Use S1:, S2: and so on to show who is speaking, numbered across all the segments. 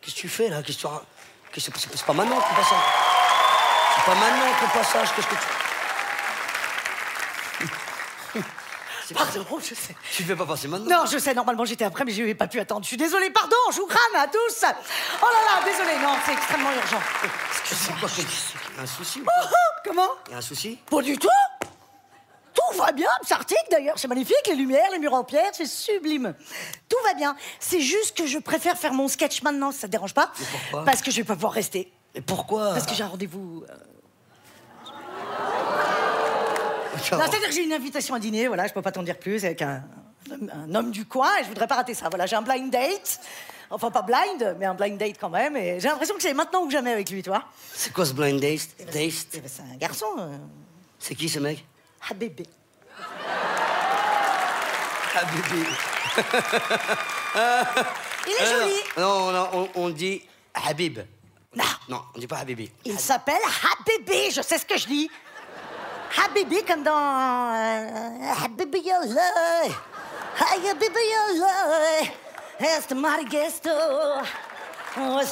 S1: Qu'est-ce que tu fais là Qu'est-ce que tu ra- qu'est-ce que- c'est pas- c'est pas maintenant ton passage. C'est pas maintenant ton passage. Qu'est-ce que tu.
S2: Pardon, je sais.
S1: Tu ne fais pas passer maintenant
S2: Non, je sais, normalement j'étais après, mais je n'ai pas pu attendre. Je suis désolée, pardon, je vous crame à tous. Oh là là, désolée, non, c'est extrêmement urgent.
S1: C'est
S2: Excusez-moi.
S1: quoi ce- c'est Un souci ou
S2: Oh,
S1: quoi
S2: oh, Comment
S1: Il y a un souci
S2: Pas du tout Tout va bien, Psartic d'ailleurs, c'est magnifique, les lumières, les murs en pierre, c'est sublime. Tout va bien, c'est juste que je préfère faire mon sketch maintenant, si ça te dérange pas.
S1: Mais pourquoi Ah.
S2: Parce que je vais pas pouvoir rester.
S1: Et pourquoi
S2: Parce que j'ai un rendez-vous. euh,
S1: Attends.
S2: Non, c'est-à-dire que j'ai une invitation à dîner, voilà, je peux pas t'en dire plus, avec un, un homme du coin, et je voudrais pas rater ça. Voilà, j'ai un blind date. Enfin, pas blind, mais un blind date quand même. Et j'ai l'impression que c'est maintenant ou jamais avec lui, tu vois.
S1: C'est quoi ce blind date,
S2: Eh
S1: date
S2: ben, C'est un garçon, euh,
S1: C'est qui ce mec
S2: ah bébé.
S1: Ah bébé.
S2: Il est
S1: Ah,
S2: joli.
S1: Non, non, on, on dit Habib.
S2: Non.
S1: Non, on dit pas Habibi.
S2: Il s'appelle Habibi, je sais ce que je dis. Habibi comme dans euh, Habibi Allah. Habibi Allah. Est margesto.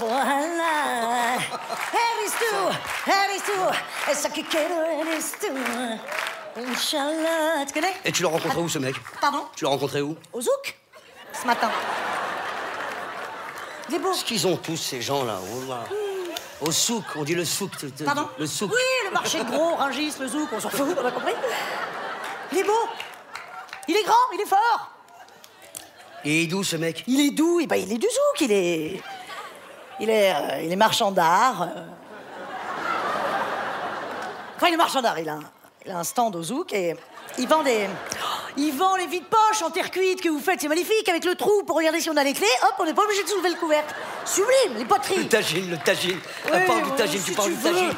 S2: Wasalala. Eristu, Eristu. Esa que quiero eres tu. Inch'Allah. Tu connais
S1: Et tu l'as rencontré où ce mec
S2: Pardon
S1: Tu l'as rencontré où
S2: Au zouk Ce matin. Il est beau.
S1: Qu'est-ce qu'ils ont tous ces gens-là Wallah. Au souk, on dit le souk. te- te-
S2: Hmm. Pardon
S1: Le souk.
S2: Oui, le marché de gros, Rungis, le zouk, on s'en fout, on a compris. Il est beau, il est grand, il est fort,
S1: Et d'où ce mec
S2: il est doux, et ben, il est du zouk, il est. Il est, euh, il est marchand d'art. euh. Enfin, il est marchand d'art, il a, un- il a un stand au zouk et il vend des. Oh, Il vend les vides poches en terre cuite que vous faites, c'est magnifique, avec le trou pour regarder si on a les clés, hop, on n'est pas obligé de soulever le couvercle. Sublime, les
S1: Le
S2: poteries.
S1: tagine, le tagine. Elle parle du tagine,
S2: si
S1: tu parles du
S2: veux.
S1: tagine.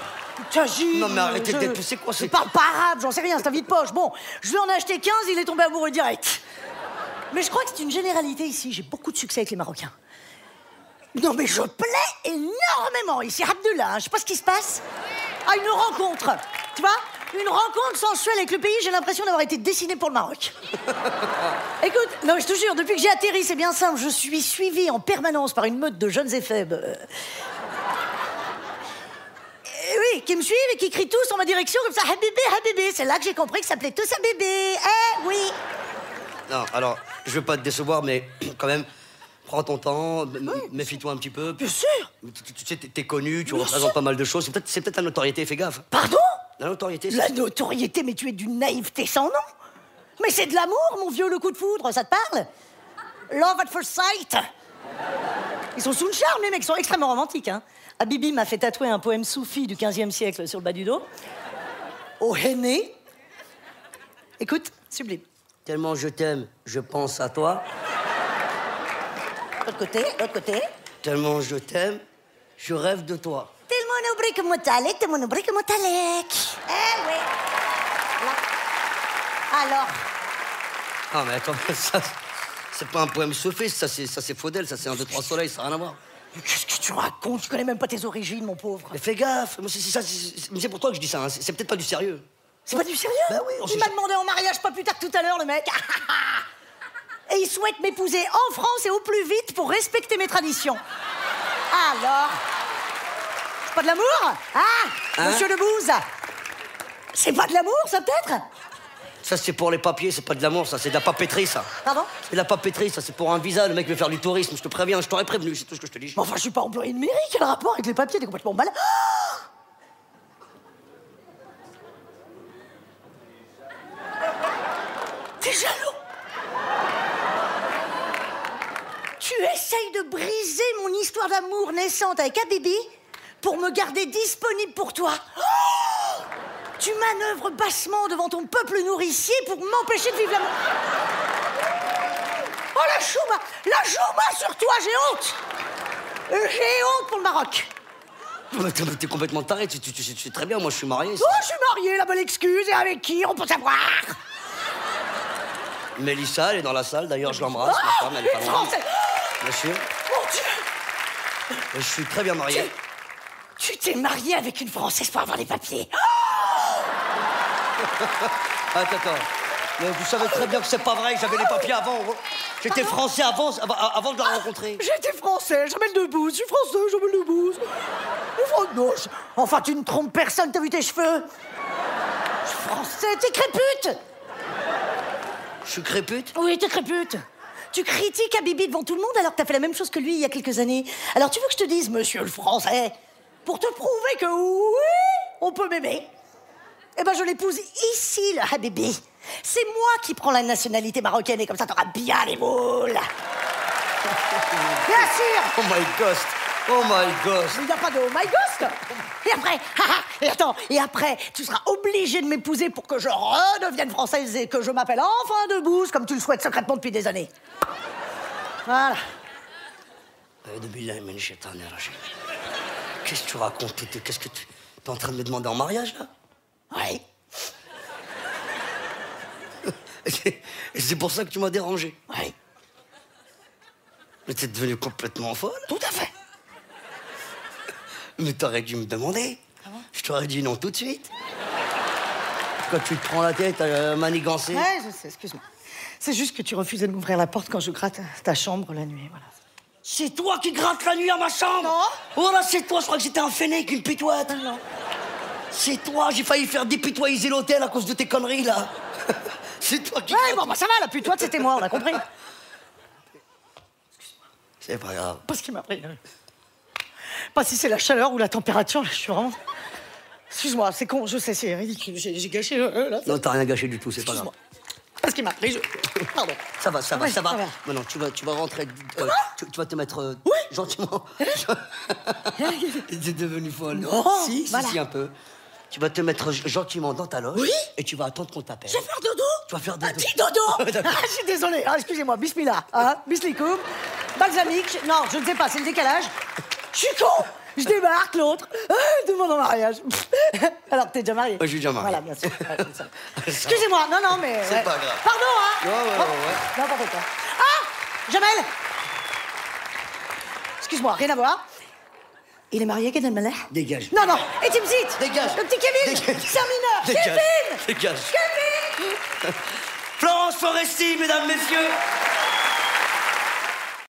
S2: Tagine.
S1: Non, mais arrêtez
S2: je-
S1: d'être poussé, quoi,
S2: Je
S1: c'est-
S2: parle pas arabe, j'en sais rien, c'est un vide poche. Bon, je lui en ai acheté 15, il est tombé amoureux direct. Mais je crois que c'est une généralité ici, j'ai beaucoup de succès avec les Marocains. Non, mais je plais énormément ici, Abdullah, hein, je sais pas ce qui se passe. Ah, une rencontre, tu vois Une rencontre sensuelle avec le pays, j'ai l'impression d'avoir été dessinée pour le Maroc. Écoute, non, mais je te jure, depuis que j'ai atterri, c'est bien simple, je suis suivie en permanence par une meute de jeunes et faibles. euh, eh oui, qui me suivent et qui crient tous en ma direction comme ça, Habibé, Habibé. C'est là que j'ai compris que ça s'appelait tous Habibé. Eh oui.
S1: Non, alors, je veux pas te décevoir, mais quand même, prends ton temps, m- méfie-toi un petit peu.
S2: Bien sûr.
S1: Tu- Tu tu sais, t'es- t'es connu, tu
S2: Bien
S1: représentes
S2: sûr.
S1: pas mal de choses. C'est peut-être c'est peut-être la notoriété, fais gaffe.
S2: Pardon
S1: La notoriété, c'est-
S2: La notoriété, mais tu es d'une naïveté sans nom. Mais c'est de l'amour, mon vieux, le coup de foudre, ça te parle Love at first sight. Ils sont sous le charme, les mecs, ils sont extrêmement romantiques. Hein. Habibi m'a fait tatouer un poème soufi du 15e siècle sur le bas du dos. Au henné. Écoute, sublime.
S1: tellement je t'aime, je pense à toi.
S2: L'autre côté, l'autre côté.
S1: Tellement je t'aime, je rêve de toi.
S2: T'es le monobrique motalek, t'es le monobrique motalek. Eh oui. Là. Alors,
S1: Ah, mais attends, ça, c'est pas un poème sophiste, ça c'est ça, c'est Faudel, ça c'est un, deux, trois soleils, ça n'a rien à voir.
S2: mais qu'est-ce que tu racontes Tu connais même pas tes origines, mon pauvre.
S1: Mais fais gaffe, moi, c'est c'est ça, c'est- c'est- mais c'est pour toi que je dis ça, hein, c'est c'est peut-être pas du sérieux.
S2: C'est pas du sérieux
S1: Bah oui, on
S2: Il
S1: sait
S2: m'a
S1: jamais.
S2: demandé en mariage pas plus tard que tout à l'heure, le mec. et il souhaite m'épouser en France et au plus vite pour respecter mes traditions. Alors C'est pas de l'amour Ah
S1: Hein
S2: Monsieur Lebouze C'est pas de l'amour, ça, peut-être
S1: Ça c'est pour les papiers, c'est pas de l'amour, ça c'est de la papeterie, ça.
S2: Pardon
S1: C'est de la papeterie, ça c'est pour un visa, le mec veut faire du tourisme, je te préviens, je t'aurais prévenu, c'est tout ce que je te dis.
S2: Mais enfin, je suis pas employé de mairie, quel rapport avec les papiers T'es complètement malade. T'es jaloux Tu essayes de briser mon histoire d'amour naissante avec Habibi pour me garder disponible pour toi. Oh Tu manœuvres bassement devant ton peuple nourricier pour m'empêcher de vivre l'amour. Oh la chouma La chouma sur toi, j'ai honte Euh, J'ai honte pour le Maroc
S1: Non, mais t'es- mais t'es complètement taré, tu, tu- tu sais- tu sais très bien, moi je suis marié. c'est-
S2: Oh, je suis mariée, la bonne excuse, et avec qui on peut savoir
S1: Mélissa, elle est dans la salle, d'ailleurs, je l'embrasse,
S2: Oh,
S1: ma femme, elle est pas
S2: une
S1: loin.
S2: Française.
S1: Bien sûr,
S2: Mon Dieu
S1: je suis très bien marié.
S2: Tu t'es mariée avec une Française pour avoir les papiers Oh,
S1: Attends, attends. Ah, Mais vous savez très bien que c'est pas vrai, que j'avais les papiers avant. J'étais
S2: Pardon
S1: français avant, av- avant de la rencontrer.
S2: J'étais français, j'amène de bouse, je suis français, j'amène de bouse. Je suis fran- Non, je- Enfin, tu ne trompes personne, t'as vu tes cheveux Je suis français, t'es crépute
S1: Je suis crépute
S2: Oui, t'es crépute tu critiques Habibi devant tout le monde alors que t'as fait la même chose que lui il y a quelques années. Alors tu veux que je te dise, monsieur le français, pour te prouver que oui, on peut m'aimer, eh ben je l'épouse ici, le Habibi. C'est moi qui prends la nationalité marocaine et comme ça t'auras bien les moules. Bien sûr
S1: Oh my ghost Oh my ghost
S2: Il n'y a pas de oh my ghost Et après, haha, et attends, et après, tu seras obligé de m'épouser pour que je redevienne française et que je m'appelle enfin de Bouse, comme tu le souhaites secrètement depuis des années. Voilà.
S1: A'udhu billahi minash shaitani rajim. Qu'est-ce que tu racontes T'es- t'es- Qu'est-ce que tu. T'es en train de me demander en mariage là
S2: Ouais.
S1: C'est c'est pour ça que tu m'as dérangé.
S2: Ouais.
S1: Mais t'es devenue complètement folle.
S2: Tout à fait.
S1: Mais t'aurais dû me demander.
S2: Ah
S1: Je t'aurais dit non tout de suite. Quand tu te prends la tête euh, à manigancer.
S2: Ouais, je sais, excuse-moi. C'est juste que tu refusais de m'ouvrir la porte quand je gratte ta chambre la nuit, voilà.
S1: C'est toi qui grattes la nuit à ma chambre
S2: Non.
S1: Oh là, c'est toi, je crois que j'étais un fennec, une pitouette
S2: Non.
S1: C'est toi, j'ai failli faire dépitoyiser l'hôtel à cause de tes conneries, là C'est toi qui...
S2: Ouais, bon, bah ça va, la putoite, c'était moi, on a compris.
S1: C'est pas grave.
S2: Parce qu'il m'a pris. Pas si c'est la chaleur ou la température, là, je suis vraiment... Excuse-moi, c'est con, je sais, c'est ridicule, j'ai j'ai gâché euh, euh, là.
S1: Non, t'as rien gâché du tout, c'est pas grave.
S2: Excuse-moi. Parce qu'il m'a pris, je... Pardon.
S1: Ça va, ça va,
S2: Ouais,
S1: ça va.
S2: ça va.
S1: Maintenant, tu vas, tu vas rentrer... euh, tu, tu vas te mettre... euh,
S2: Oui. Eh
S1: Gentiment. T'es devenue folle.
S2: Non,
S1: si, si,
S2: voilà.
S1: si, un peu. Tu vas te mettre g- gentiment dans ta loge.
S2: Oui.
S1: Et tu vas attendre qu'on t'appelle.
S2: Je vais faire dodo
S1: Tu vas faire dodo.
S2: Un petit dodo
S1: D'accord.
S2: Ah, je suis désolée, ah, excusez-moi, bismillah. Hein, bislikou, balsamique, non, je ne sais pas, c'est le décalage. Je suis con Je débarque, l'autre, ah, demande en mariage. Alors que t'es déjà marié.
S1: Ouais, je suis déjà marié.
S2: Voilà, bien sûr. ouais, c'est ça. Excusez-moi, non, non, mais...
S1: C'est
S2: ouais.
S1: pas grave.
S2: Pardon, hein
S1: Ouais, ouais, ouais, ouais.
S2: N'importe quoi. Ah Jamel Excuse-moi, rien à voir. Il est marié, Ken Malher
S1: Dégage.
S2: Non, non, et Tim Zit
S1: Dégage.
S2: Le petit Kevin
S1: Dégage.
S2: C'est un mineur
S1: Dégage.
S2: Kevin
S1: Dégage.
S2: Kevin
S1: Florence Foresti, mesdames, messieurs.